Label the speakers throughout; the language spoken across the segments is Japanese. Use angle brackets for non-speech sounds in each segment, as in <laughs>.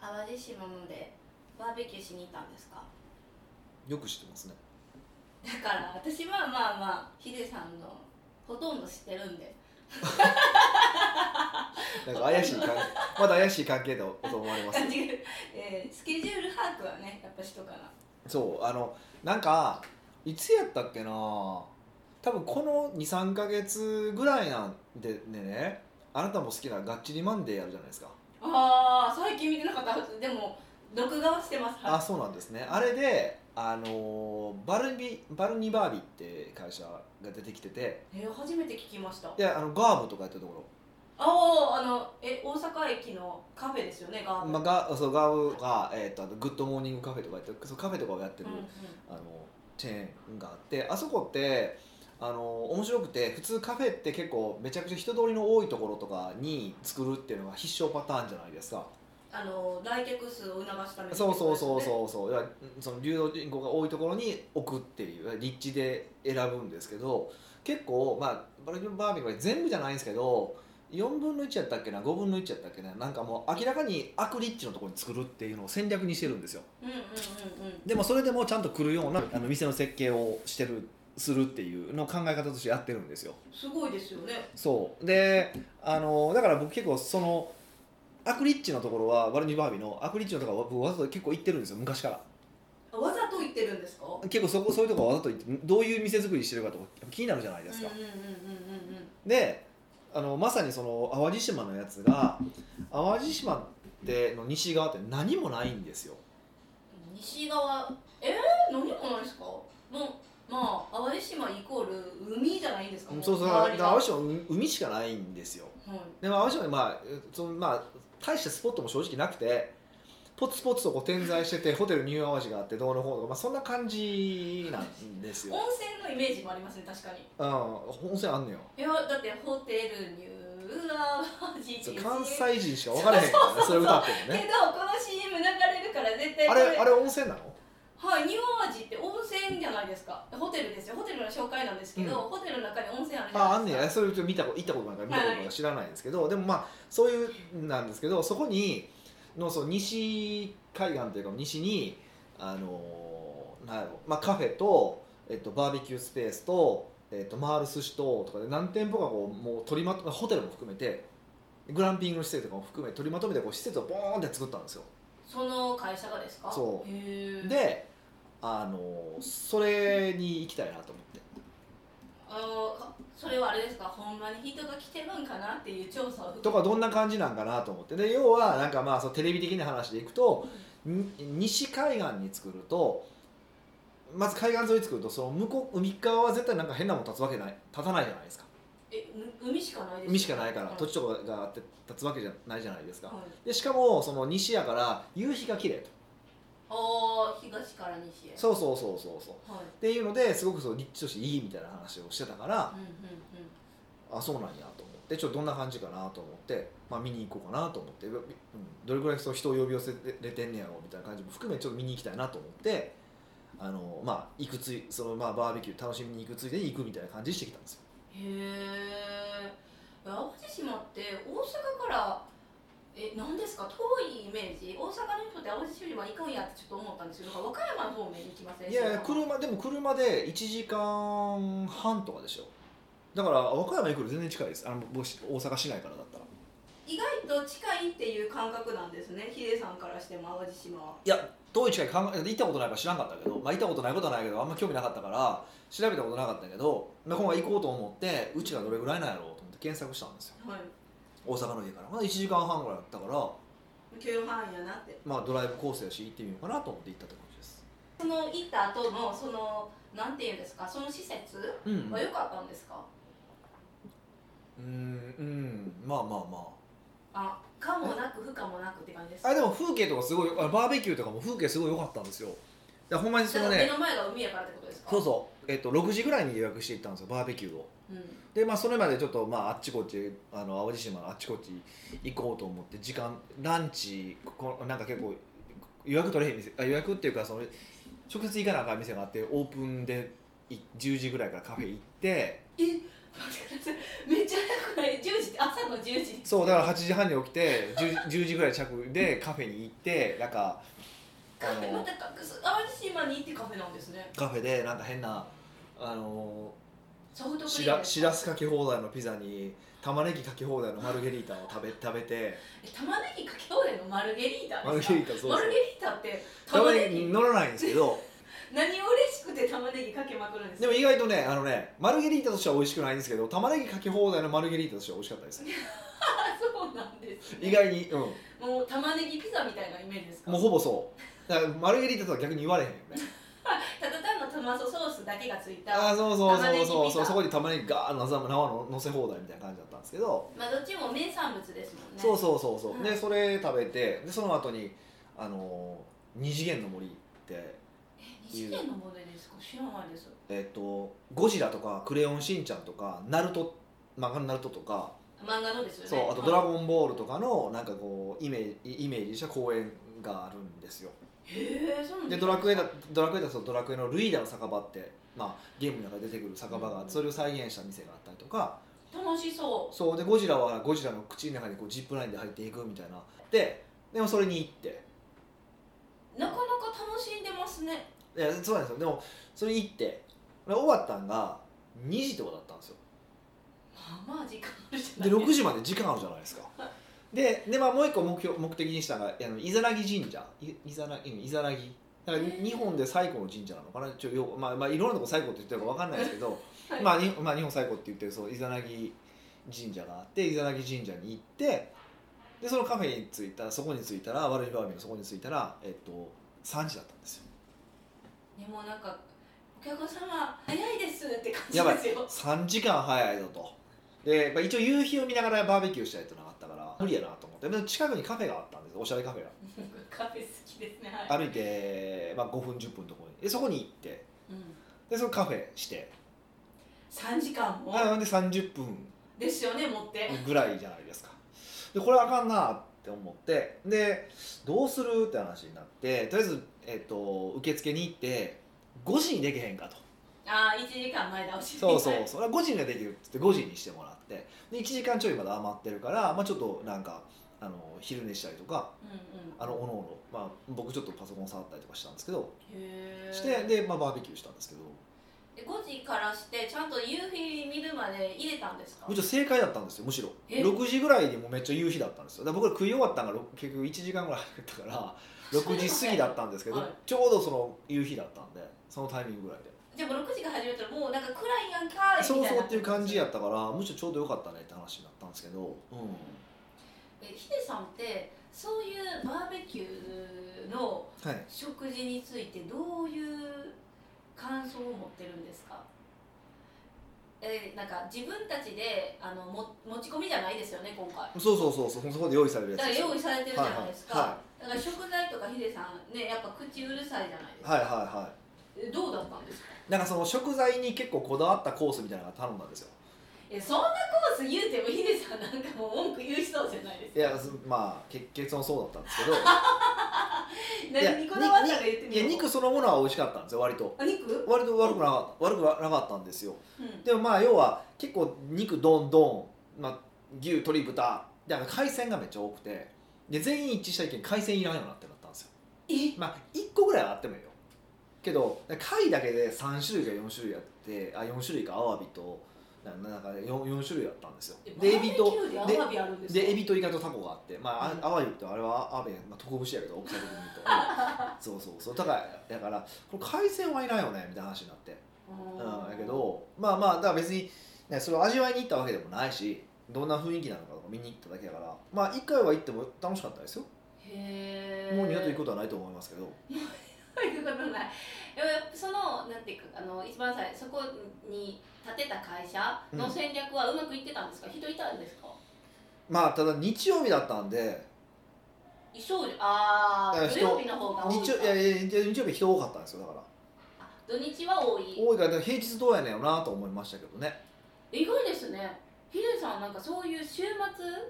Speaker 1: 淡路島までバーベキューしに行ったんですか
Speaker 2: よく知ってますね
Speaker 1: だから私はまあまあヒデさんのほとんど知ってるんで
Speaker 2: なんか怪しい関係まだ怪しい関係だと思われます
Speaker 1: 感じが、えースケジュール把握はねやっぱしとかな
Speaker 2: そうあのなんかいつやったっけな多分この23ヶ月ぐらいなんででねあなたも好きな「がっちりマンデー」やるじゃないですか
Speaker 1: ああ最近見てなかったでも録画はしてます
Speaker 2: あ
Speaker 1: は
Speaker 2: そうなんですねあれであのバルビバルニバービって会社が出てきてて
Speaker 1: い、えー初めて聞きましたあ
Speaker 2: いやあのガーブとかやってるとこ
Speaker 1: あーあのえ大阪駅のカフェですよねガー
Speaker 2: ろ、
Speaker 1: ブ、
Speaker 2: まあ、ガそうガーブが、えー、とあとグッドモーニングカフェとかやってるそうカフェとかをやって
Speaker 1: う
Speaker 2: る、
Speaker 1: んうん、
Speaker 2: あのチェーンがあってあそこってあの面白くて普通カフェって結構めちゃくちゃ人通りの多いところとかに作るっていうのが必勝パターンじゃないですか、
Speaker 1: あの来客数を促すために
Speaker 2: そうそうそう
Speaker 1: う
Speaker 2: そうそういやその流動人口が多いところに置くっていう立地で選ぶんですけど結構まあバルキューバービングは全部じゃないんですけど4分の1やったっけな5分の1やったっけななんかもう明らかに悪立地のところに作るっていうのを戦略にしてるんですよ
Speaker 1: うんうんうんうん
Speaker 2: でもそれでもちゃんと来るようなあの店の設計をしてるするっていうのを考え方としてやってるんですよ
Speaker 1: すごいですよね
Speaker 2: そうであのだから僕結構そのアクリッチのところはワルニバービーのアクリッチのところは僕わざと結構行ってるんですよ昔から
Speaker 1: あわざと言ってるんですか
Speaker 2: 結構そこそういうとこわざと行ってどういう店作りしてるかとか気になるじゃないですか、
Speaker 1: うんうんうんうんうんうん
Speaker 2: であのまさにその淡路島のやつが淡路島っての西側って何もないんですよ
Speaker 1: 西側えー、何もないですかもうまあ淡路島イコール海じゃないんですかも
Speaker 2: そうそうだから
Speaker 1: 周
Speaker 2: だ
Speaker 1: り
Speaker 2: か
Speaker 1: が
Speaker 2: ら
Speaker 1: は
Speaker 2: 淡
Speaker 1: い
Speaker 2: 路島海しかないんですよでも淡路島にまあえそのまあ大したスポットも正直なくてポツポツとこう点在しててホテルニューアワジがあってどうのこうのとか、まあ、そんな感じなんですよ
Speaker 1: 温、泉のイメージもありますね確かに
Speaker 2: うん、温泉あんのよ
Speaker 1: いやだってホテルニューアワジ
Speaker 2: そう
Speaker 1: です
Speaker 2: 関西人しか分からへんからねそれ歌って
Speaker 1: け
Speaker 2: も
Speaker 1: ど
Speaker 2: ね
Speaker 1: この CM 流れるから絶対
Speaker 2: あ
Speaker 1: こ
Speaker 2: れあれ温泉なの
Speaker 1: はい、ニューアワジって温泉じゃないですかホテルですよホテルの紹介なんですけど、ホテルの中に温泉あるじゃ
Speaker 2: ああ
Speaker 1: ない
Speaker 2: ん
Speaker 1: で
Speaker 2: ね
Speaker 1: すか
Speaker 2: やそれちょっと見たこと行ったことないから見たことないから知らないんですけど、でもまあそういうなんですけどそこにのその西海岸というか西にあのーなんやろまあ、カフェと、えっと、バーベキュースペースと、えっと、回る寿司ととかで何店舗かこうもう取りまとめホテルも含めてグランピングの施設とかも含め取りまとめてこう施設をボーンって作ったんですよ。
Speaker 1: その会社がですか
Speaker 2: そう
Speaker 1: へえ
Speaker 2: であのーそれに行きたいなと思って。
Speaker 1: あのかそれはあれですかほんまに人が来てるんかなっていう調査を
Speaker 2: とかどんな感じなんかなと思ってで要はなんかまあそのテレビ的な話でいくとに西海岸に作るとまず海岸沿いに作るとその向こう海側は絶対なんか変なもん立つわけない立たないじゃないですか
Speaker 1: えう海しかないです
Speaker 2: 海しかないから
Speaker 1: はい
Speaker 2: 土地とかがあって立つわけじゃないじゃないですか
Speaker 1: はい
Speaker 2: でしかもその西やから夕日が綺麗と
Speaker 1: ああ東から西へ
Speaker 2: そうそうそうそうそうっ
Speaker 1: はい
Speaker 2: ていうのですごくその立地としていいみたいな話をしてたから
Speaker 1: うんうんうん
Speaker 2: あそうなんやと思ってちょっとどんな感じかなと思って、まあ、見に行こうかなと思って、うん、どれぐらいそう人を呼び寄せれてんねやろうみたいな感じも含めちょっと見に行きたいなと思ってあの、まあ、行くついそのまあバーベキュー楽しみに行くついでに行くみたいな感じにしてきたんですよ
Speaker 1: へえ淡路島って大阪からえ何ですか遠いイメージ大阪の人って淡路島行くんやってちょっと思ったんですけど和歌山の方面に行きません
Speaker 2: いやいや
Speaker 1: 白浜
Speaker 2: 車でも車で1時間半とかでしょだから和歌山行くの全然近いですあの僕大阪市内からだったら
Speaker 1: 意外と近いっていう感覚なんですねヒデさんからしても淡路島はい
Speaker 2: やどういう近いか考え行ったことないから知らんかったけど、まあ、行ったことないことはないけどあんま興味なかったから調べたことなかったけど、まあ、今回行こうと思ってうちがどれぐらいなんやろうと思って検索したんですよ
Speaker 1: はい
Speaker 2: 大阪の家から、まあ、1時間半ぐらいだったから、
Speaker 1: 急範囲やなって
Speaker 2: まあ、ドライブコースやし行ってみようかなと思って行ったって感じです
Speaker 1: その行った後のそのなんていうんですかその施設
Speaker 2: うん
Speaker 1: は良かったんですか、
Speaker 2: うんうんまあまあま
Speaker 1: あかもなく不可もなくって感じですか
Speaker 2: ああでも風景とかすごいあバーベキューとかも風景すごい良かったんですよいやほんまにその
Speaker 1: だから目
Speaker 2: ね
Speaker 1: の前が海やからってことですか
Speaker 2: そうそう、えっと、6時ぐらいに予約して行ったんですよバーベキューを
Speaker 1: うん、
Speaker 2: でまあそれまでちょっとまああっちこっちあの淡路島のあっちこっち行こうと思って時間ランチこなんか結構予約取れへん店あ予約っていうかその直接行かなあかん店があってオープンでい10時ぐらいからカフェ行って
Speaker 1: えめっちゃ早くない10時朝の10時
Speaker 2: そうだから8時半に起きて 10, 10時ぐらい着でカフェに行ってなんか
Speaker 1: カフ
Speaker 2: あ
Speaker 1: ェ
Speaker 2: の
Speaker 1: またか淡路島に行ってカフェなんですね
Speaker 2: カフェでなんか変なあの
Speaker 1: ソフトクリーム
Speaker 2: しらしらすかけ放題のピザに玉ねぎかけ放題のマルゲリータを食べ食べて
Speaker 1: え玉ねぎかけ放題のマルゲリータ
Speaker 2: マル
Speaker 1: です
Speaker 2: ゲ
Speaker 1: か
Speaker 2: リータそうそう
Speaker 1: マルゲリータって
Speaker 2: 玉
Speaker 1: 玉
Speaker 2: ね
Speaker 1: ね
Speaker 2: ぎ
Speaker 1: ぎ
Speaker 2: 乗らないんですけど
Speaker 1: 何を嬉しくて玉ねぎかけまくるんです
Speaker 2: で
Speaker 1: か
Speaker 2: も意外とねあのねマルゲリータとしては美味しくないんですけど玉ねぎかけ放題のマルゲリータとしては美味しかったです
Speaker 1: あそうなんです、
Speaker 2: 意
Speaker 1: ね、
Speaker 2: 外にうんも
Speaker 1: もう玉ねぎピザみたいなイメージですか
Speaker 2: うほぼそうだからマルゲリータとは逆に言われへんよね
Speaker 1: ただ単のトマトソースだけがついた
Speaker 2: あーそうそうそうそう
Speaker 1: 玉ねぎピ
Speaker 2: そう
Speaker 1: ザ
Speaker 2: そこに玉ねぎガーッのざ縄の乗せ放題みたいな感じだったんですけど、
Speaker 1: まあどっちも名産物ですもんね
Speaker 2: そうそうそうそう、
Speaker 1: う
Speaker 2: で
Speaker 1: ん
Speaker 2: それ食べてでその後にあのー二次元の森って
Speaker 1: え二次元のものですか知らないです
Speaker 2: えっ、とゴジラとかクレヨンしんちゃんとかナルト漫画のナルトとか、
Speaker 1: 漫画のですよね
Speaker 2: そうあとドラゴンボールとかのなんかこうイメージイメージした公園があるんですよ
Speaker 1: へえそうなん
Speaker 2: で
Speaker 1: ですか
Speaker 2: ドラクエだドラクエだとドラクエのルイーダの酒場って、まあ、ゲームの中で出てくる酒場があってそれを再現した店があったりとか
Speaker 1: 楽しそう
Speaker 2: そうでゴジラはゴジラの口の中にこうジップラインで入っていくみたいなででもそれに行って
Speaker 1: なかなか楽しんでますね
Speaker 2: いやそうなんですよでもそれに行ってで終わったんが2時とかだったんですよ
Speaker 1: まあまあ時間あるじゃな
Speaker 2: で
Speaker 1: い
Speaker 2: 6時まで時間あるじゃないですかでで、まあ、もう一個目標目的にしたのがあの伊ザナギ神社い伊ザナうん伊ザナギだから
Speaker 1: へー
Speaker 2: 日本で最古の神社なのかなちょよ、まあまあ、いろんなとこ最古って言ってるかわかんないですけど、
Speaker 1: はい
Speaker 2: まあにまあ、日本最古って言ってるそう伊ザナギ神社があって伊ザナギ神社に行ってでそのカフェに着いたそこに着いたら悪いバービーのそこに着いたら、えっと、3時だったんですよ
Speaker 1: でもなんかお客様早いですって感じ
Speaker 2: やばい
Speaker 1: ですよ
Speaker 2: 3時間早いぞとで、まあ、一応夕日を見ながらバーベキューしたいとなかったから無理やなと思ってで近くにカフェがあったんですおしゃれカフェが
Speaker 1: カフェ好きですねはい、
Speaker 2: 歩いて、まあ、5分10分のところにでそこに行って
Speaker 1: うん、
Speaker 2: でそのカフェして
Speaker 1: 3時間も
Speaker 2: なので30分
Speaker 1: ですよね持って
Speaker 2: ぐらいじゃないですかでこれあかんなって思ってでどうするって話になってとりあえず、えっと受付に行って5時にできへんかと
Speaker 1: ああ1時間前倒し
Speaker 2: そうそうそれは5時にはできるっつって5時にしてもらってで1時間ちょいまだ余ってるから、まあ、ちょっとなんかあの昼寝したりとか
Speaker 1: うんうん
Speaker 2: あのおのおの、まあ、僕ちょっとパソコン触ったりとかしたんですけど
Speaker 1: へえ
Speaker 2: してで、まあ、バーベキューしたんですけど
Speaker 1: 5時からしてちゃんと夕日見るまで入れたんですか
Speaker 2: むしろ正解だったんですよむしろ
Speaker 1: え
Speaker 2: 6時ぐらいにもうめっちゃ夕日だったんですよだから僕ら食い終わったのがろ結局1時間ぐらいだったから6時過ぎだったんですけど、
Speaker 1: はい
Speaker 2: ちょうどその夕日だったんでそのタイミングぐらいで
Speaker 1: じゃあもう6時から始めたらもうなんか暗いやんかいみたい
Speaker 2: そう
Speaker 1: な
Speaker 2: そうっていう感じやったからむしろちょうどよかったねって話になったんですけど、うん
Speaker 1: えヒデさんってそういうバーベキューの
Speaker 2: はい、
Speaker 1: 食事についてどういう感想を持ってるんですかえーなんか自分たちであのも持ち込みじゃないですよね今回
Speaker 2: そうそうそうそうそこで用意されるやつ
Speaker 1: だから
Speaker 2: ですよ
Speaker 1: 用意されてるじゃないですか、
Speaker 2: は
Speaker 1: だから食材とかヒデさんねやっぱ口うるさいじゃないですか、
Speaker 2: はいはいは
Speaker 1: えどうだったんですか
Speaker 2: いなんかその食材に結構こだわったコースみたいなのが頼んだんですよ
Speaker 1: えそんなコース言うてもヒデさんなんかもう文句言う人じゃないです
Speaker 2: い
Speaker 1: か
Speaker 2: やすまあ結結論そうだったんですけど
Speaker 1: <laughs>
Speaker 2: いや
Speaker 1: 何にこだわったか言ってみ
Speaker 2: いや
Speaker 1: よう
Speaker 2: 肉そのものは美味しかったんですよ割と
Speaker 1: あ肉、うん、
Speaker 2: 割と悪くなかった悪くはなかったんですよでもまあ要は結構肉どんどん、まあ、牛鶏豚だから海鮮がめっちゃ多くてで全員一致した意見海鮮いらんよなってなったんですよ
Speaker 1: え
Speaker 2: まあ1個ぐらいはあってもいいよけど貝だけで3種類か4種類あってあ4種類かアワビとななんか 4, 4種類あったんですよでエビと
Speaker 1: バーベキューでアワビあるんですか
Speaker 2: でエビとイカとタコがあって、まあ、あ
Speaker 1: うん
Speaker 2: アワビってあれはアワビ、まあ、特節やけど大きさ的に言うと、うんそうそうそうだからだからこれ海鮮はいらんよねみたいな話になってうん
Speaker 1: うん
Speaker 2: だけどまあまあだから別に、ね、それを味わいに行ったわけでもないしどんな雰囲気なのかとか見に行っただけだからまあ1回は行っても楽しかったですよ
Speaker 1: へえ
Speaker 2: もう二度と行く
Speaker 1: こ
Speaker 2: ことはないと思いますけど
Speaker 1: と行くことないでもやっぱそのなんていうかあの一番最初そこに建てた会社の戦略はうまくいってたんですか、人いたんですか
Speaker 2: まあただ日曜日だったんで
Speaker 1: いそうじゃあ
Speaker 2: だか
Speaker 1: あ
Speaker 2: ら
Speaker 1: 土
Speaker 2: 人
Speaker 1: 曜日の方が多い
Speaker 2: 日曜いやいや日曜日人多かったんですよだから
Speaker 1: あ土日は多い
Speaker 2: 多いからだから平日どうやねんよなと思いましたけどね
Speaker 1: 意外ですねヒデさんなんかそういう週末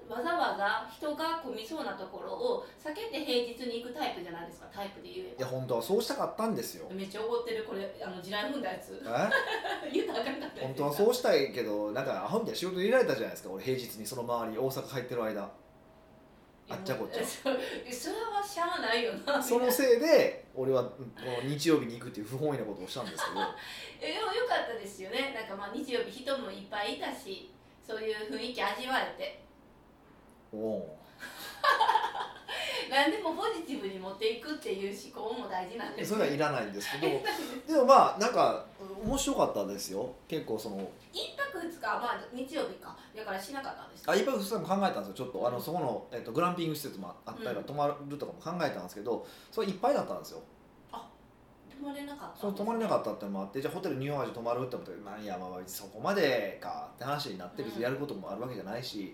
Speaker 1: わざわざ人が混みそうなところを避けて平日に行くタイプじゃないですかタイプで言え
Speaker 2: いや本当はそうしたかったんですよ
Speaker 1: ばめっちゃ怒ってるこれあの地雷踏んだやつ <laughs>
Speaker 2: え
Speaker 1: 言うたらあかんかったや
Speaker 2: 本
Speaker 1: つ
Speaker 2: 当はそうしたいけどなんかアホみたいな仕事入れられたじゃないですか俺平日にその周り大阪入ってる間あっちゃこっちゃ
Speaker 1: それはしゃあないよな
Speaker 2: そのせいで俺はうんこの日曜日に行くっていう不本意なことをしたんですけど
Speaker 1: えでも良かったですよねなんかまあ日曜日人もいっぱいいたしそういう雰囲気味わえて <laughs>
Speaker 2: おう
Speaker 1: 何でもポジティブに持っていくっていう思考も大事なんです
Speaker 2: それはいらないんですけどでもまあなんか面白かったですよ結構その
Speaker 1: 一泊二日はまあ日曜日かだからしなかったんです
Speaker 2: あ一泊二日も考えたんですよちょっとあのそこの、えっと、グランピング施設もああったりとか、
Speaker 1: うん
Speaker 2: 泊まるとかも考えたんですけどそれいっぱいだったんですよ
Speaker 1: 泊まれなかった
Speaker 2: その泊まれなか
Speaker 1: っ
Speaker 2: ったってのもあってじゃあホテルニューアージ泊まるって思ってまあいやまあまあそこまでかって話になって別にやることもあるわけじゃないし、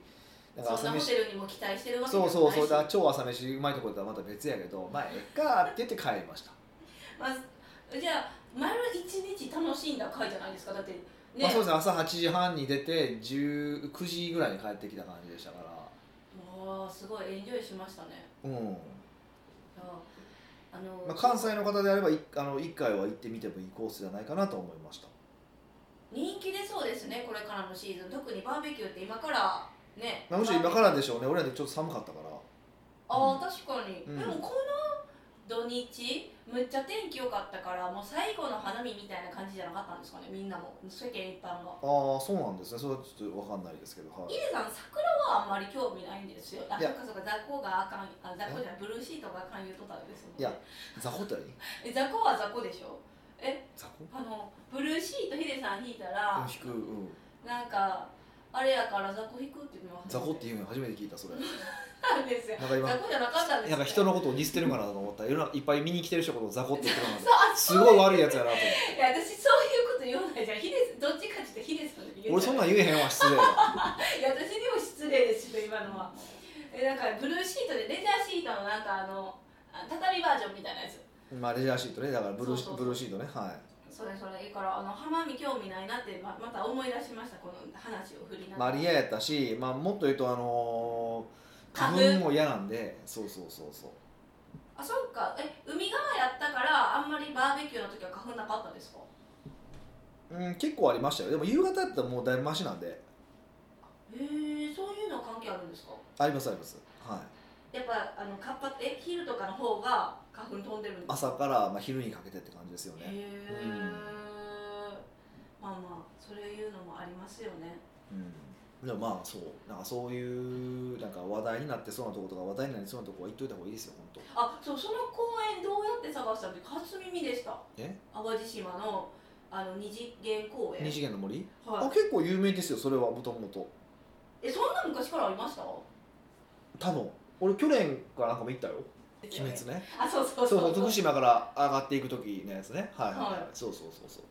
Speaker 2: だから
Speaker 1: そんな
Speaker 2: 朝
Speaker 1: ホテ
Speaker 2: 飯
Speaker 1: ルにも期待してるわけじゃ
Speaker 2: そ
Speaker 1: な
Speaker 2: う
Speaker 1: いし
Speaker 2: そうそうだから超朝飯うまいとこだったらまた別やけどまあええかって言って帰りました、
Speaker 1: まあ、じゃあ丸一日楽しんだ回じゃないですかだってね、
Speaker 2: まあそうですね朝8時半に出て19時ぐらいに帰ってきた感じでしたから
Speaker 1: わあすごいエンジョイしましたね
Speaker 2: うん、
Speaker 1: いやあの、
Speaker 2: まあ、関西の方であればいあの1回は行ってみてもいいコースじゃないかなと思いました
Speaker 1: 人気でそうですねこれからのシーズン特にバーベキューって今からね
Speaker 2: まあむしろ今
Speaker 1: ら
Speaker 2: からでしょうね俺らでちょっと寒かったから
Speaker 1: ああ確かに、
Speaker 2: うん
Speaker 1: でもこの土日むっちゃ天気良かったからもう最後の花見みたいな感じじゃなかったんですかねみんなも世間一般が
Speaker 2: ああそうなんですねそれはちょっと分かんないですけどはい
Speaker 1: ヒデさん桜はあんまり興味ないんですよあ
Speaker 2: いや
Speaker 1: そっかそっか雑魚があかんあ雑魚じゃないブルーシートがあかん言うとったんですもんね
Speaker 2: いやザホテル
Speaker 1: え雑魚は雑魚でしょ
Speaker 2: ザコ
Speaker 1: あのブルーシートヒデさん引いたら
Speaker 2: 引く、うん、
Speaker 1: なんかあれやから雑魚引くって言ってました
Speaker 2: ザコ
Speaker 1: <laughs>
Speaker 2: っていうの初めて聞いたそれ
Speaker 1: なんですよ
Speaker 2: なんか今
Speaker 1: 雑魚じゃなかったんです
Speaker 2: なんか人
Speaker 1: の
Speaker 2: のことをディスってるかなと思ったら世の中いっぱい見に来てる人のことをザコって言ってるの
Speaker 1: そうあ
Speaker 2: がすごい悪いやつやなと思って
Speaker 1: いや私そういうこと言わないじゃんヒデどっちかって言ったらヒデさんで言う
Speaker 2: 俺そんなん
Speaker 1: い
Speaker 2: 言えへんわ失礼
Speaker 1: <laughs>
Speaker 2: だ
Speaker 1: や私にも失礼ですよ今のはえなんかブルーシートでレジャーシートのなんかあのあ畳バージョンみたいなやつ
Speaker 2: まあレジャーシートねだからブルーシ
Speaker 1: そうそうそう
Speaker 2: ブルーシートねは
Speaker 1: それそれいいからあの浜見興味ないなってままた思い出しましたこの話を振り
Speaker 2: い
Speaker 1: な
Speaker 2: ま
Speaker 1: が
Speaker 2: あ
Speaker 1: ら
Speaker 2: 嫌やったし、まあ、もっと言うとあのー
Speaker 1: 花粉
Speaker 2: 花粉も嫌なんでそうそうそうそう
Speaker 1: あそっかえ海側やったからあんまりバーベキューの時は花粉なかったですか
Speaker 2: うん、結構ありましたよでも夕方だったらもうだいぶマシなんで
Speaker 1: へえそういうの関係あるんですか
Speaker 2: ありますありますはい
Speaker 1: やっぱあの活発え昼とかの方が花粉飛んでるんですか
Speaker 2: 朝からまあ昼にかけてって感じですよ
Speaker 1: へ
Speaker 2: ね、
Speaker 1: え、まあまあそういうのもありますよね
Speaker 2: うん、でもまあそうなんかそういうなんか話題になってそうなとことか話題になりそうなとこは言っといた方がいいですよ本
Speaker 1: あそうその公園どうやって探したんで初耳でした
Speaker 2: え
Speaker 1: 淡路島のあの二次元公
Speaker 2: 当二
Speaker 1: 園
Speaker 2: 次元の森あ
Speaker 1: はい
Speaker 2: 結構有名ですよそれはもともと
Speaker 1: えそんな昔からありました
Speaker 2: 多分俺去年かなんかも行ったよ「鬼滅ね」
Speaker 1: あそうそう
Speaker 2: そ
Speaker 1: そうう
Speaker 2: そう徳島から上がっていく時のやつねはいはい、はい
Speaker 1: はい
Speaker 2: そうそうそうそう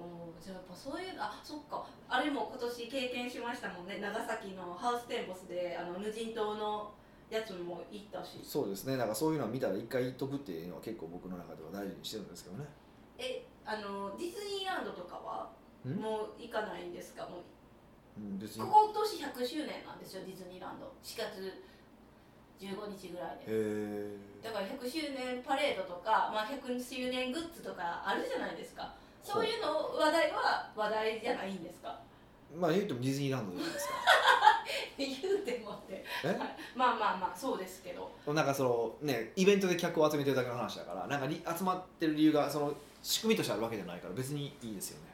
Speaker 1: おーじゃあやっぱそういうあそっかあれも今年経験しましたもんね長崎のハウステンボスであの無人島のやつも行ったし
Speaker 2: そうですねなんかそういうのを見たら一回飛ぶっていうのは結構僕の中では大事にしてるんですけどね
Speaker 1: えあのディズニーランドとかは
Speaker 2: ん
Speaker 1: もう行かないんですかもう
Speaker 2: うん別に
Speaker 1: ここ今年100周年なんですよディズニーランド4月15日ぐらい
Speaker 2: へ
Speaker 1: で
Speaker 2: え
Speaker 1: だから100周年パレードとか、まあ、100周年グッズとかあるじゃないですかそういうの話題は話題じゃないんですか <laughs>
Speaker 2: まあ言うてもディズニーランドじゃないですか
Speaker 1: 言うてもって
Speaker 2: え
Speaker 1: まあまあまあそうですけど
Speaker 2: なんかそのねイベントで客を集めてるだけの話だからなんかり集まってる理由がその仕組みとしてあるわけじゃないから別にいいですよね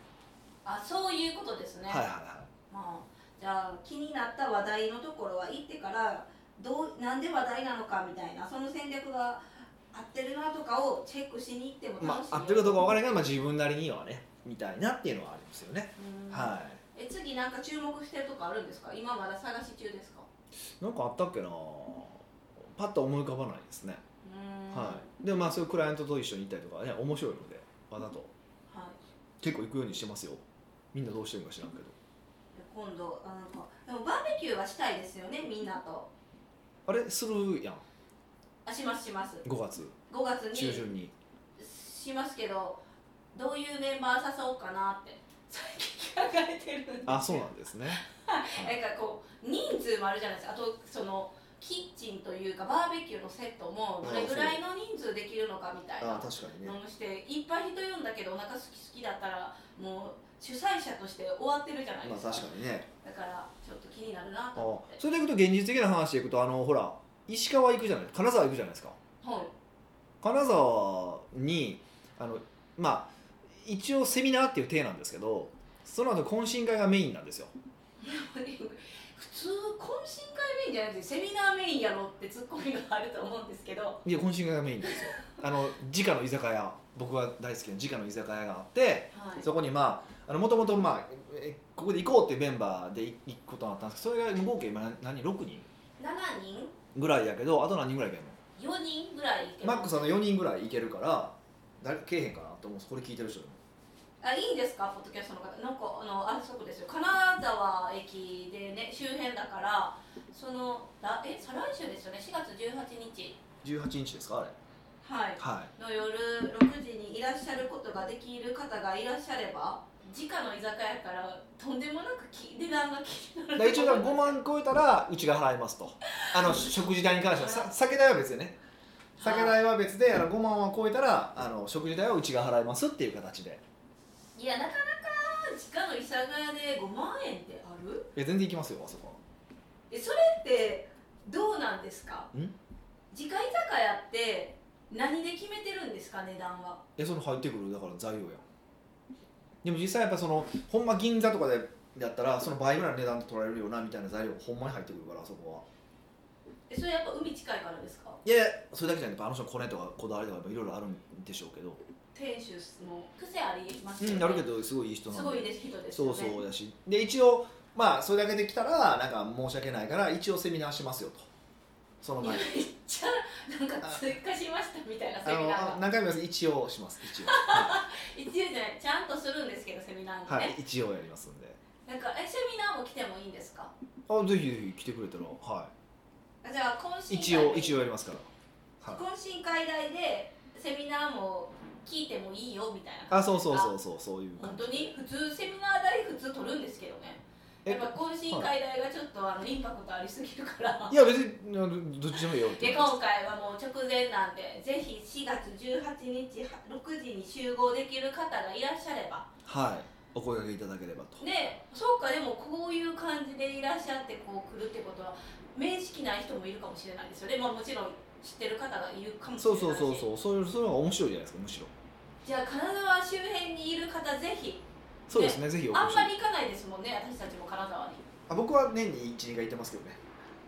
Speaker 1: あそういうことですね、
Speaker 2: はいはいは
Speaker 1: まあ、じゃあ気になった話題のところは行ってからどうなんで話題なのかみたいなその戦略が合ってるなとかをチェックしに行って
Speaker 2: い
Speaker 1: も楽
Speaker 2: ま
Speaker 1: しい
Speaker 2: あ合ってるかどうか分からないけど、まあ、自分なりにはねみたいなっていうのはありますよね、
Speaker 1: うん
Speaker 2: はい
Speaker 1: え次なんか注目してるとこあるんですか今まだ探し中ですか
Speaker 2: なんかあったっけなパッと思い浮かばないですね、
Speaker 1: うーん
Speaker 2: はいでもまあそういうクライアントと一緒に行ったりとかね面白いのでわざと
Speaker 1: はい
Speaker 2: 結構行くようにしてますよみんなどうしてるのか知らんけど
Speaker 1: で今度あなんかでもバーベキューはしたいですよねみんなと
Speaker 2: あれするやん
Speaker 1: あしますします
Speaker 2: 5月
Speaker 1: 5月
Speaker 2: 中
Speaker 1: に
Speaker 2: 旬に
Speaker 1: しますけどどういうメンバー誘おうかなって最近えてるんですよ
Speaker 2: あそうなんですね
Speaker 1: なんかこう人数もあるじゃないですかあとそのキッチンというかバーベキューのセットもどれぐらいの人数できるのかみたい
Speaker 2: あ
Speaker 1: な
Speaker 2: 確かにね
Speaker 1: のもしていっぱい人呼んだけどお腹すきすきだったらもう主催者として終わってるじゃない
Speaker 2: ま
Speaker 1: で
Speaker 2: あ
Speaker 1: すか,、
Speaker 2: 確かにね
Speaker 1: だからちょっと気になるなと
Speaker 2: あ
Speaker 1: 思って
Speaker 2: それでいくと現実的な話でいくとあのほら石川行くじゃない金沢行くじゃないですか
Speaker 1: はい
Speaker 2: 金沢にあのまあ一応セミナーっていう体なんですけどその後懇親会がメインなんですよ
Speaker 1: 普通懇親会メインじゃなくてセミナーメインやろってツッコミがあると思うんですけど
Speaker 2: いや懇親会がメインなんですよあの直の居酒屋僕が大好きな直の居酒屋があって
Speaker 1: はい
Speaker 2: そこにまあもともとここで行こうっていうメンバーで行くことになったんですけどそれが合計今何6人
Speaker 1: 7人
Speaker 2: ぐらいやけどあと何人ぐらいいけんの
Speaker 1: 4人ぐらいいて
Speaker 2: マ
Speaker 1: ます
Speaker 2: ックさんの4人ぐらいいけるから誰かけえへんかなと思うんですこれ聞いてる人でも
Speaker 1: あいいんですかポッドキャストの方なんかあのあそうですよ金沢駅でね周辺だからそのらえ再来週ですよね4月18日
Speaker 2: 18日ですかあれ
Speaker 1: はい
Speaker 2: はい
Speaker 1: の夜6時にいらっしゃることができる方がいらっしゃれば直の居酒屋からとんでもなくき値段が気にな
Speaker 2: だ
Speaker 1: る
Speaker 2: から一応だから5万超えたらうちが払いますとあのし食事代に関してはさ酒代は別よね酒代は別であの5万は超えたらあの食事代はうちが払いますっていう形で
Speaker 1: いやなかなか直の居酒屋で5万円ってある
Speaker 2: いや全然行きますよあそこは
Speaker 1: えそれってどうなんですか
Speaker 2: ん
Speaker 1: 直居酒屋って何で決めてるんですか値段は
Speaker 2: えその入ってくるだから材料やんでも実際やっぱそのほんま銀座とかでやったらその倍ぐらいの値段で取られるよなみたいな材料がほんまに入ってくるからあそこは
Speaker 1: えそれやっぱ海近いからですか
Speaker 2: いやいやそれだけじゃなくてあの人のコネとかこだわりとかいろいろあるんでしょうけど
Speaker 1: 店主も癖あります
Speaker 2: うんあるけどすごいいい人なん
Speaker 1: す
Speaker 2: で
Speaker 1: ごいです人ですよ
Speaker 2: そう
Speaker 1: ね
Speaker 2: そうだしで一応まあそれだけできたらなんか申し訳ないから一応セミナーしますよとその
Speaker 1: いや
Speaker 2: 前に
Speaker 1: めっちゃなんか追加しましたみたいな
Speaker 2: あ
Speaker 1: セミ
Speaker 2: の
Speaker 1: ナ
Speaker 2: あ
Speaker 1: ーが
Speaker 2: 何回も言います一応します
Speaker 1: <laughs>
Speaker 2: 一応は
Speaker 1: 一応じゃないちゃんとするんですけどセミナー
Speaker 2: い、
Speaker 1: が
Speaker 2: は
Speaker 1: ね、
Speaker 2: い、一応やりますんで
Speaker 1: なんかえセミナーも来てもいいんですか
Speaker 2: あぜひぜひ来てくれたらは
Speaker 1: あじゃあ懇
Speaker 2: い
Speaker 1: 親会
Speaker 2: 一応一応やりますから、はい、
Speaker 1: 懇親会代でセミナーも聞いてもいいよみたいな
Speaker 2: あそうそうそうそうそういう
Speaker 1: 本
Speaker 2: 感じ
Speaker 1: 当に普通セミナー代普通取るんですけどね
Speaker 2: え
Speaker 1: やっぱ懇親会代がちょっとあのインパクトありすぎるから
Speaker 2: いや別にあのどっちでもいいよって
Speaker 1: で今回はもう直前なんでぜひ4月18日は6時に集合できる方がいらっしゃれば
Speaker 2: はいお声掛けいただければと
Speaker 1: でそうかでもこういう感じでいらっしゃってこう来るってことは面識ない人もいるかもしれないですよねまあもちろん知ってる方がいるかもしれ
Speaker 2: そ
Speaker 1: な
Speaker 2: う
Speaker 1: いし
Speaker 2: そうそうそうそういうそういうのが面白いじゃないですかむしろ
Speaker 1: じゃあ金沢周辺にいる方ぜひ
Speaker 2: そうですねぜひお越し
Speaker 1: あんまり行かないですもんね私たちも金沢に
Speaker 2: あ僕は年に12回行ってますけどね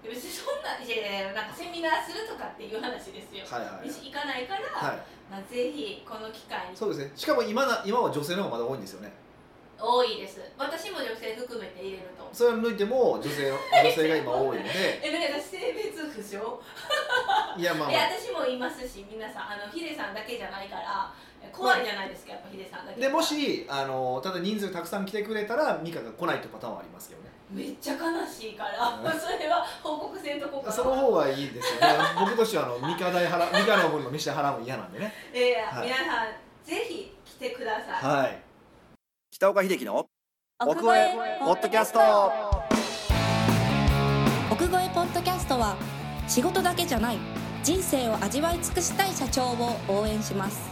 Speaker 1: で別にそんないやいやなんかセミナーするとかっていう話ですよ、
Speaker 2: はいはい
Speaker 1: 行かないから、
Speaker 2: はい
Speaker 1: まあ、ぜひこの機会に
Speaker 2: そうですねしかも今な今は女性の方がまだ多いんですよね
Speaker 1: 多いです私も女性含めて入れると
Speaker 2: それを抜いても女性の女性が今多いの
Speaker 1: <laughs>
Speaker 2: で
Speaker 1: えだから性別不詳
Speaker 2: いやまあ、
Speaker 1: い
Speaker 2: ま
Speaker 1: や
Speaker 2: あ、
Speaker 1: 私もいますし皆さんあのヒデさんだけじゃないからえ怖いじゃないですかやっぱヒデさんだけ
Speaker 2: でもしあのただ人数がたくさん来てくれたらミカが来ないというパターンはありますけどね
Speaker 1: めっちゃ悲しいから、
Speaker 2: う
Speaker 1: <laughs> それは報告せんとこか
Speaker 2: その方がいいですよね僕としてはあのミカ代払ミカの分の飯代払うの嫌なんでね
Speaker 1: えや
Speaker 2: はい
Speaker 1: 皆さんぜひ来てください、
Speaker 2: はい北岡秀樹の
Speaker 3: 奥越え
Speaker 2: ポッドキャスト
Speaker 3: 奥越えポッドキャストは仕事だけじゃない人生を味わい尽くしたい社長を応援します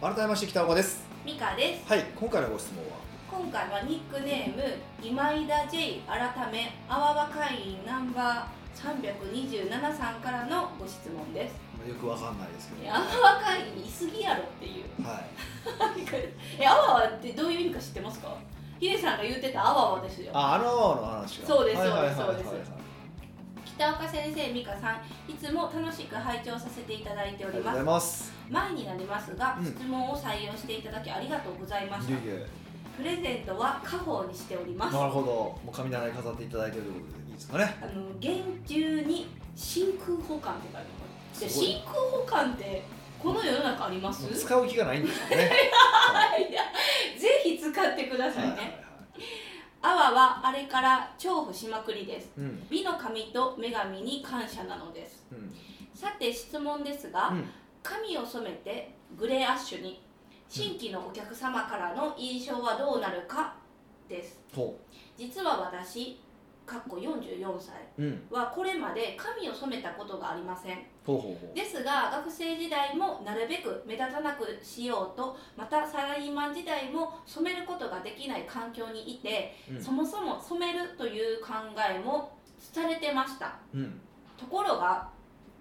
Speaker 2: 改めまして北岡です
Speaker 1: ミカです
Speaker 2: はい今回のご質問は
Speaker 1: 今回はニックネーム今井田 J 改めあわわ会員ナンバー327さんからのご質問です
Speaker 2: よくわかんないですけ
Speaker 1: い
Speaker 2: ど
Speaker 1: やあわわ会員いすぎやろって
Speaker 2: <laughs>
Speaker 1: いう
Speaker 2: はい
Speaker 1: え、あわわってどういう意味か知ってますかヒデさんが言ってたあわわですよ
Speaker 2: ああのの話が
Speaker 1: そうです
Speaker 2: はいはいはい
Speaker 1: そうです
Speaker 2: はいはい
Speaker 1: そう北岡先生、美香さんいつも楽しく拝聴させていただいて
Speaker 2: あ
Speaker 1: お
Speaker 2: り
Speaker 1: り
Speaker 2: がとうご
Speaker 1: ま
Speaker 2: ざい
Speaker 1: す
Speaker 2: ます
Speaker 1: 前になりますが、
Speaker 2: うん
Speaker 1: 質問を採用していただきありがとうございまし
Speaker 2: い
Speaker 1: た
Speaker 2: やいや
Speaker 1: プレゼントは家宝にしております
Speaker 2: な
Speaker 1: あ
Speaker 2: るほどもう神棚に飾っていただいてるということでいいですかね
Speaker 1: の厳重に真空保管って書いてあるじゃあ
Speaker 2: すごい
Speaker 1: 真空保管ってこの世の中あります
Speaker 2: もう使う気がないんですよねはい
Speaker 1: <laughs> いやぜひ使ってください
Speaker 2: はいはい
Speaker 1: ねあわはあれから重宝しまくりです
Speaker 2: うん
Speaker 1: 美の神と女神に感謝なのです
Speaker 2: うん
Speaker 1: さて質問ですが、
Speaker 2: うん
Speaker 1: 髪を染めてグレーアッシュに新規のお客様からの印象はどうなるかです
Speaker 2: ほ
Speaker 1: 実は私かっこ44歳
Speaker 2: ううん
Speaker 1: はこれまで髪を染めたことがありません
Speaker 2: ほうほうほう
Speaker 1: ですが学生時代もなるべく目立たなくしようとまたサラリーマン時代も染めることができない環境にいて、
Speaker 2: うん
Speaker 1: そもそも染めるという考えもされてました
Speaker 2: うん
Speaker 1: ところが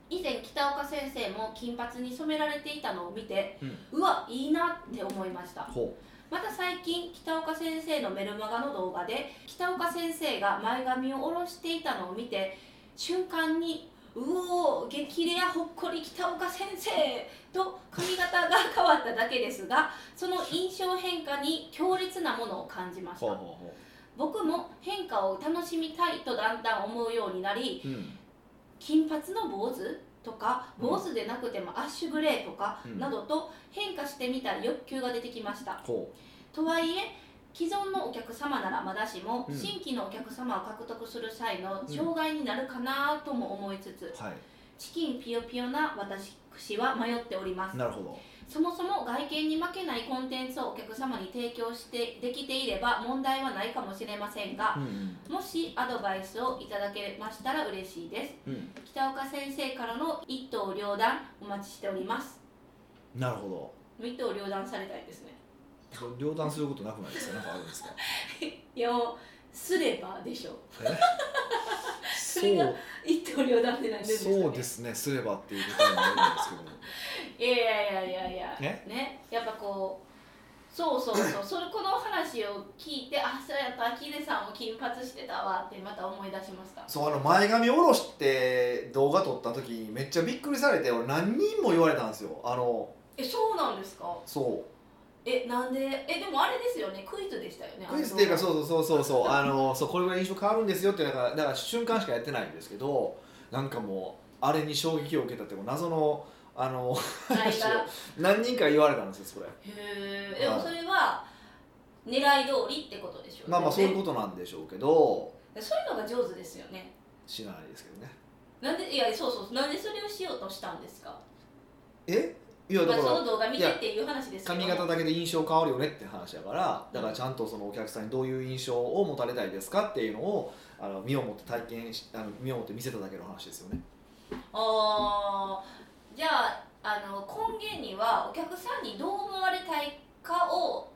Speaker 1: 以前北岡先生も金髪に染められていたのを見て
Speaker 2: うん
Speaker 1: うわいいなって思いました
Speaker 2: ほ
Speaker 1: また最近北岡先生のメルマガの動画で北岡先生が前髪を下ろしていたのを見て瞬間に「うおー激レアほっこり北岡先生!」と髪型が変わっただけですがその印象変化に強烈なものを感じま
Speaker 2: う
Speaker 1: し
Speaker 2: ほうほう
Speaker 1: た
Speaker 2: ほ
Speaker 1: 僕も変化を楽しみたいとだんだん思うようになり
Speaker 2: ううん
Speaker 1: 金髪の坊主とか坊主でなくてもアッシュグレーとか
Speaker 2: うん
Speaker 1: などと変化してみた欲求が出てきました
Speaker 2: ほ
Speaker 1: とはいえ既存のお客様ならまだしも、
Speaker 2: うん
Speaker 1: 新規のお客様を獲得する際の障害になるかなとも思いつつ、
Speaker 2: うはい
Speaker 1: チキンピヨピヨな私は迷っております
Speaker 2: なるほど
Speaker 1: そもそも外見に負けないコンテンツをお客様に提供してできていれば問題はないかもしれませんが
Speaker 2: う、ん
Speaker 1: もしアドバイスをいただけましたら嬉しいです
Speaker 2: うんうん
Speaker 1: 北岡先生からの一刀両断お待ちしております
Speaker 2: なるほ
Speaker 1: 一刀両断されたいですね <laughs>
Speaker 2: ど両断することなくないですかなんかあるんですか
Speaker 1: いやもうすればでしょ
Speaker 2: え
Speaker 1: それが
Speaker 2: そう
Speaker 1: <laughs> 一刀両断って何ですか、ね、
Speaker 2: そうですねすればっていうことになるんですけども
Speaker 1: いやいやいやいやいや
Speaker 2: ね
Speaker 1: やっぱこうそうそうそうそれこの話を聞いてあそうやっぱアキネさんも金髪してたわってまた思い出しました
Speaker 2: そうあの前髪下ろして動画撮った時にめっちゃびっくりされて俺何人も言われたんですよあの
Speaker 1: えそうなんですか
Speaker 2: そ
Speaker 1: えなんでえでもあれですよねクイズでしたよね
Speaker 2: うクイズっていうか
Speaker 1: う
Speaker 2: そうそうそうそうそうあのそうこれぐらい印象変わるんですよってだからだから瞬間しかやってないんですけどなんかもうあれに衝撃を受けたってもう謎のあの
Speaker 1: 内
Speaker 2: 話を
Speaker 1: が
Speaker 2: <laughs> 何人か言われたんですよそれ
Speaker 1: へえでもそれは狙い通りってことでしょうね
Speaker 2: まあまあそういうことなんでしょうけど
Speaker 1: そういうのが上手ですよね
Speaker 2: 知らないですけどね
Speaker 1: なんでいやそうそうなんでそれをしようとしたんですか
Speaker 2: えいやだ
Speaker 1: まあ、
Speaker 2: か
Speaker 1: そ
Speaker 2: ら
Speaker 1: の動画見てっていう話ですけど
Speaker 2: 髪型だけで印象変わるよねって話だからだからちゃんとそのお客さんにどういう印象を持たれたいですかっていうのをあの身をもって体験しあの身をもって見せただけの話ですよね
Speaker 1: あーじゃああの根源にはお客さんにどう思われたいかを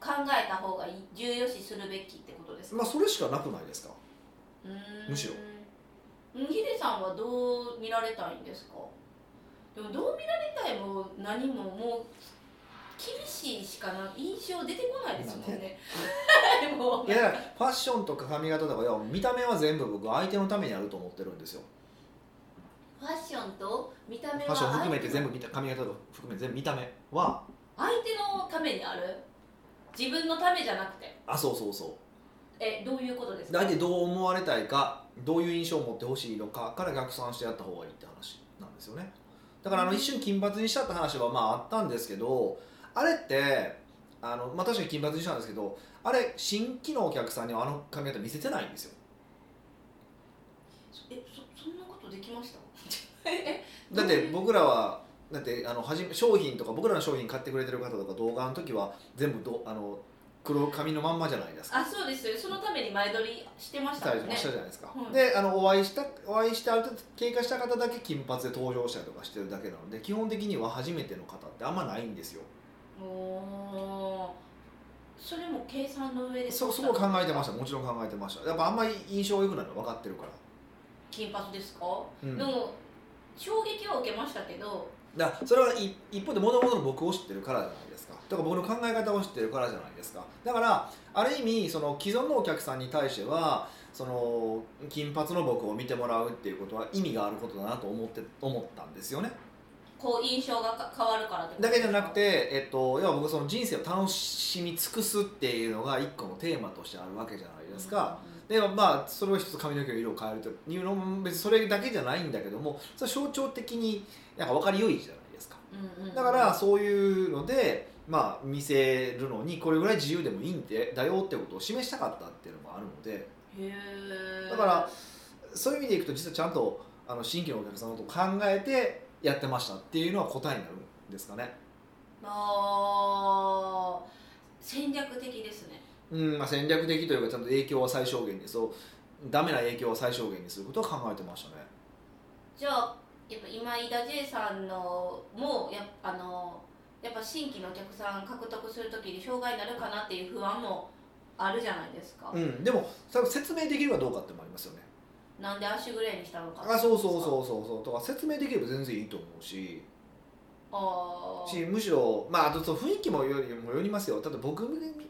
Speaker 1: 考えた方がいい重要視するべきってことですか
Speaker 2: まあそれしかなくないですか
Speaker 1: うーん
Speaker 2: むしろ
Speaker 1: ヒデさんはどう見られたいんですかでもどう見られたいも何ももう厳しいしかな印象出てこないですもんね <laughs> もう
Speaker 2: いやだからファッションとか髪型とかいや見た目は全部僕相手のためにあると思ってるんですよ
Speaker 1: ファッションと見た
Speaker 2: フ
Speaker 1: 目
Speaker 2: ァ
Speaker 1: は
Speaker 2: ッション含めて
Speaker 1: 相手
Speaker 2: 全
Speaker 1: の
Speaker 2: 部見た髪型とか含めて全部見た目は
Speaker 1: 相手のためにある自分のためじゃなくて
Speaker 2: あそうそうそう
Speaker 1: えどういうことですか
Speaker 2: 相手どう思われたいかどういう印象を持ってほしいのかから逆算してやった方がいいって話なんですよねだからあの一瞬金髪にしたって話はまああったんですけどあれってあの、まあ、確かに金髪にしたんですけどあれ新規のお客さんにはあの髪型見せてないんですよ
Speaker 1: えそそんなことできました <laughs> え
Speaker 2: だって僕らはだってあのはじめ商品とか僕らの商品買ってくれてる方とか動画の時は全部どあの黒髪のまんまじゃないですか
Speaker 1: あそうですよねそのために前撮りしてまし
Speaker 2: した
Speaker 1: も
Speaker 2: たり
Speaker 1: ん
Speaker 2: も
Speaker 1: ね
Speaker 2: したじゃないですか、
Speaker 1: はい
Speaker 2: であのお会いしたお会いしてある程度経過した方だけ金髪で登場したりとかしてるだけなので基本的には初めての方ってあんまないんですよ
Speaker 1: おーそれも計算の上で
Speaker 2: そそこを考えてましたもちろん考えてましたやっぱあんまり印象良くないの分かってるから、
Speaker 1: 金髪ですか、
Speaker 2: うん、
Speaker 1: で
Speaker 2: だか
Speaker 1: も衝撃は受けましたけど
Speaker 2: らそれはい一方でもともとの僕を知ってるからじゃないですかとか僕の考え方を知ってるからじゃないですかだからある意味その既存のお客さんに対してはその金髪の僕を見てもらうっていうことは意味があることだなと思って思ったんですよね
Speaker 1: こう印象がか変わるからってこと
Speaker 2: だけじゃなくて、えっと、要は僕その人生を楽しみ尽くすっていうのが一個のテーマとしてあるわけじゃないですか、、でまあそれを一つ髪の毛の色を変えるというのも別にそれだけじゃないんだけどもそれは象徴的になんか分かりよいじゃないですか
Speaker 1: うんうんうんうん
Speaker 2: だからそういうので、まあ、見せるのにこれぐらい自由でもいいんでだよってことを示したかったっていうのもあるので
Speaker 1: へー
Speaker 2: だからそういう意味でいくと実はちゃんとあの新規のお客さんのことを考えてやってましたっていうのは答えになるんですかね
Speaker 1: あー戦略的ですね
Speaker 2: うんまあ、戦略的というかちゃんと影響は最小限にそうダメな影響は最小限にすることは考えてましたね
Speaker 1: じゃあやっぱ今井田 J さんのもやっぱあのやっぱ新規のお客さん獲得するときに障害になるかなっていう不安もあるじゃないですか、
Speaker 2: うんでも多分説明できるかどうかってのもありますよね
Speaker 1: なんで足ぐれにしたのか
Speaker 2: あそうそうそうそうそうとか説明できれば全然いいと思うし
Speaker 1: あー
Speaker 2: しむしろまああとその雰囲気もよりもよりますよただ僕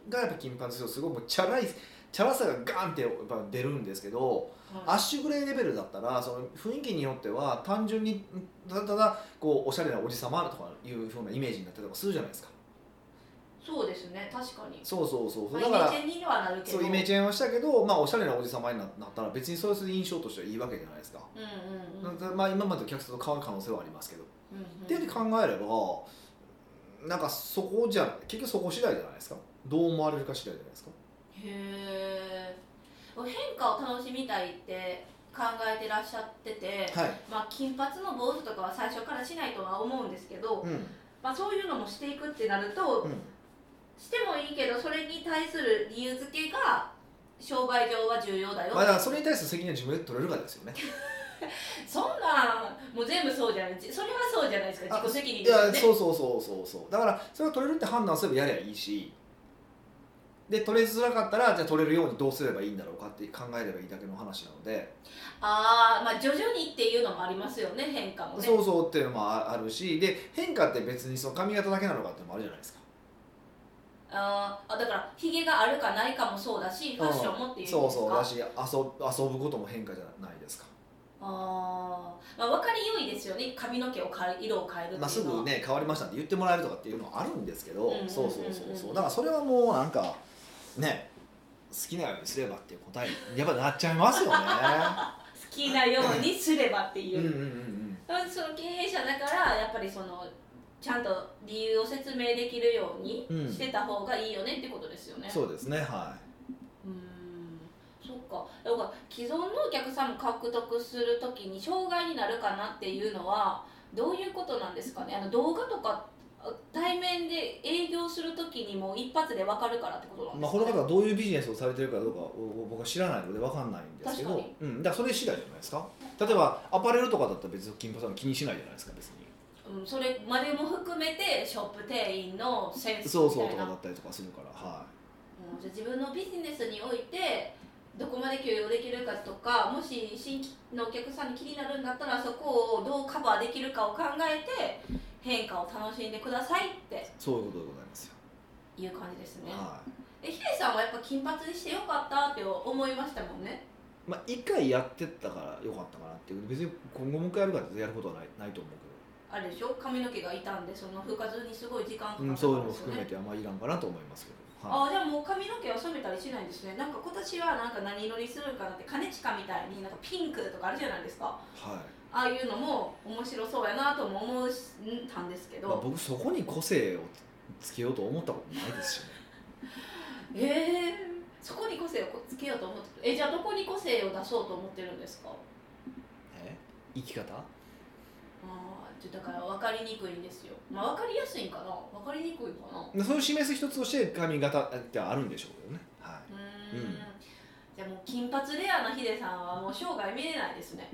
Speaker 2: がやっぱ金髪ですよすごいもうチャラいチャラさがガーンってやっぱ出るんですけど
Speaker 1: はい
Speaker 2: アッシュグレーレベルだったらその雰囲気によっては単純にただただこうおしゃれなおじさまとかいうふうなイメージになってたりとかするじゃないですか
Speaker 1: そうですね確かに
Speaker 2: そうそうそうそ
Speaker 1: ま
Speaker 2: う
Speaker 1: あ
Speaker 2: だから
Speaker 1: イメチェンにはなるけど
Speaker 2: そうイメージはしたけど、まあ、おしゃれなおじさまにななったら別にそういう印象としてはいいわけじゃないですか、
Speaker 1: うんうんうんうんうん
Speaker 2: まあ、今までの客層と変わる可能性はありますけど、っていうふうに考えればなんかそこじゃ結局そこ次第じゃないですかどう思われるか次第じゃないですか
Speaker 1: へえ変化を楽しみたいって考えてらっしゃってて、
Speaker 2: はい、
Speaker 1: まあ、金髪の坊主とかは最初からしないとは思うんですけど、
Speaker 2: うん
Speaker 1: まあ、そういうのもしていくってなると、
Speaker 2: うん、
Speaker 1: してもいいけどそれに対する理由付けが商売上は重要だよ、
Speaker 2: まあだからそれに対する責任は自分で取れるかですよね
Speaker 1: そんなんもう全部そうじゃないじそれはそうじゃないですか
Speaker 2: あ
Speaker 1: 自己責任
Speaker 2: い
Speaker 1: ですよ
Speaker 2: や
Speaker 1: ね
Speaker 2: そうそうそうそうそうだからそれを取れるって判断すればやりゃいいしで取れづらかったらじゃあ取れるようにどうすればいいんだろうかって考えればいいだけの話なので、
Speaker 1: ああまあ徐々にっていうのもありますよね変化もね
Speaker 2: そうそうっていうのもああるしで変化って別にその髪型だけなのかっていうのもあるじゃないですか
Speaker 1: あーあだからひげがあるかないかもそうだしファッションもっていうんですか、
Speaker 2: そうそうだし遊ぶ遊ぶことも変化じゃないですか、
Speaker 1: あー、まあ、分かりよいですよね髪の毛を変え色を変えるっていうのは、
Speaker 2: まあ、すぐね変わりましたって言ってもらえるとかっていうのはあるんですけど、
Speaker 1: うんうんうんうん
Speaker 2: そうそうそうそうだからそれはもうなんかね好きなようにすればっていう答えにやっぱなっちゃいます
Speaker 1: <laughs>
Speaker 2: よね
Speaker 1: 好きなようにすればって
Speaker 2: う
Speaker 1: い
Speaker 2: んうん
Speaker 1: う、
Speaker 2: うんうん
Speaker 1: だからその経営者だからやっぱりそのちゃんと理由を説明できるように
Speaker 2: うん
Speaker 1: してた方がいいよねってことですよね、
Speaker 2: そうですねは
Speaker 1: うーんそっかだから既存のお客さんも獲得するときに障害になるかなっていうのはどういうことなんですかねあの動画とかあ対面で営業するときにもう一発で分かるからってことなん
Speaker 2: い、
Speaker 1: で
Speaker 2: まあ、
Speaker 1: す
Speaker 2: こ
Speaker 1: か、ね
Speaker 2: の方はどういうビジネスをされてるかどうかを僕は知らないので分かんないんですけ
Speaker 1: 確
Speaker 2: ど
Speaker 1: か、
Speaker 2: うん、だからそれ次第じゃないですか例えばアパレルとかだったら別に金髪さん気にしないじゃないですか別に
Speaker 1: うん、それまでも含めてショップ店員のセンス
Speaker 2: そう
Speaker 1: み
Speaker 2: そ
Speaker 1: た
Speaker 2: うと
Speaker 1: い
Speaker 2: か
Speaker 1: な
Speaker 2: だったりとかするから、はい、
Speaker 1: うんじゃあ自分のビジネスにおいてどこまで許容できるかとかもし新規のお客さんに気になるんだったらそこをどうカバーできるかを考えて変化を楽しんでくださいって
Speaker 2: そういうことでございますよ。
Speaker 1: いう感じですね
Speaker 2: はい。
Speaker 1: えヒデさんはやっぱ金髪にしてよかったって思いましたもんね
Speaker 2: まあ一回やってったから良かったかなっていう別に今後もう一回やるかってやることはないないと思う
Speaker 1: あれでしょ髪の毛が傷んでその復活にすごい時間か
Speaker 2: け
Speaker 1: か
Speaker 2: ど、う
Speaker 1: っ
Speaker 2: ん、
Speaker 1: た
Speaker 2: そういうんの
Speaker 1: で
Speaker 2: も
Speaker 1: すよ
Speaker 2: 含
Speaker 1: ね
Speaker 2: めてあんまりいらんかなと思いますけど、は
Speaker 1: あ
Speaker 2: い、
Speaker 1: あじゃあもう髪の毛は染めたりしないんですねなんか今年はなんか何色にするんかなって兼近みたいになんかピンクとかあるじゃないですか
Speaker 2: は
Speaker 1: ああいうのも面白そうやなとも思ったんですけ
Speaker 2: いまあ、
Speaker 1: ど、
Speaker 2: 僕そこに個性をつけようと思ったことないですしね
Speaker 1: ええそこに個性をつけようと思ってえじゃあどこに個性を出そうと思ってるんですか
Speaker 2: え生き方
Speaker 1: ああちょだから分かりにくいんですよまあ分かりやすいんかな分かりにくいかなう
Speaker 2: でそれを示す一つとして髪型ってあるんでしょうけどね、は
Speaker 1: ーん
Speaker 2: うん
Speaker 1: じゃあもう金髪レアなヒデさんはもう生涯見れないですね、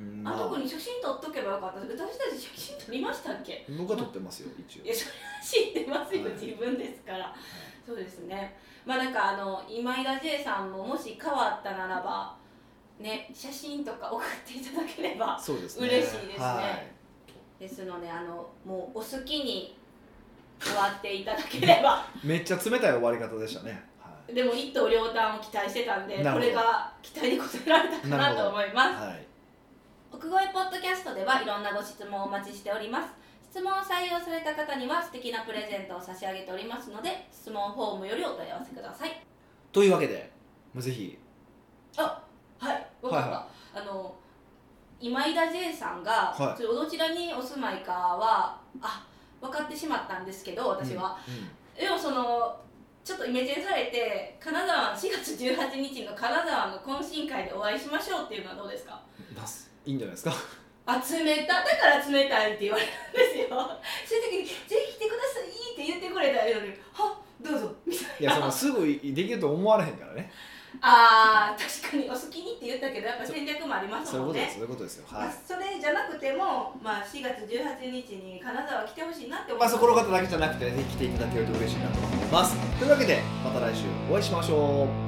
Speaker 2: いうん
Speaker 1: あ、
Speaker 2: ま
Speaker 1: 特に写真撮っとけばよかった私たち写真撮りましたっけ
Speaker 2: 僕は撮ってますよ一応
Speaker 1: いやそれは知ってますよ、
Speaker 2: はい
Speaker 1: 自分ですからそうですねまあなんかあの今井田 J さんももし変わったならばね写真とか送っていただければ
Speaker 2: そうですね
Speaker 1: 嬉しいですね
Speaker 2: はい
Speaker 1: ですのであのもうお好きに終わっていただけれ <laughs> ば
Speaker 2: めっちゃ冷たい終わり方でしたね、はい
Speaker 1: でも一刀両断を期待してたんでこ
Speaker 2: なるほど
Speaker 1: れが期待に応えられたか
Speaker 2: な
Speaker 1: な
Speaker 2: るほど
Speaker 1: と思います
Speaker 2: はい、
Speaker 1: 奥越ポッドキャストではいろんなご質問をお待ちしております質問を採用された方には素敵なプレゼントを差し上げておりますので質問フォームよりお問い合わせください
Speaker 2: というわけで、まあ、ぜひ、
Speaker 1: はい、わかった。あの今井田 J さんが、
Speaker 2: はい
Speaker 1: ちょっとどちらにお住まいかはあ分かってしまったんですけど私は、
Speaker 2: う
Speaker 1: でもそのちょっとイメチェンされて金沢4月18日の金沢の懇親会でお会いしましょうっていうのはどうですか
Speaker 2: ん、出すいいんじゃないですか
Speaker 1: ああ冷ただから冷たいって言われるんです <laughs> よそういう時に「ぜひ来てください」って言ってくれたらいいのに「はどうぞ」みたいない
Speaker 2: やそのすぐできると思われへんからね
Speaker 1: <laughs> あー確かにお好きにって言ったけどやっぱ戦略もあります
Speaker 2: そういう
Speaker 1: もん
Speaker 2: ことです
Speaker 1: ね
Speaker 2: そういうことですよは
Speaker 1: まあ
Speaker 2: い
Speaker 1: それじゃなくても、まあ、4月18日に金沢来てほしいなって思い
Speaker 2: ま
Speaker 1: ま
Speaker 2: あ
Speaker 1: す
Speaker 2: そこの方だけじゃなくてぜひ来ていただけると嬉しいなと思いますというわけでまた来週お会いしましょう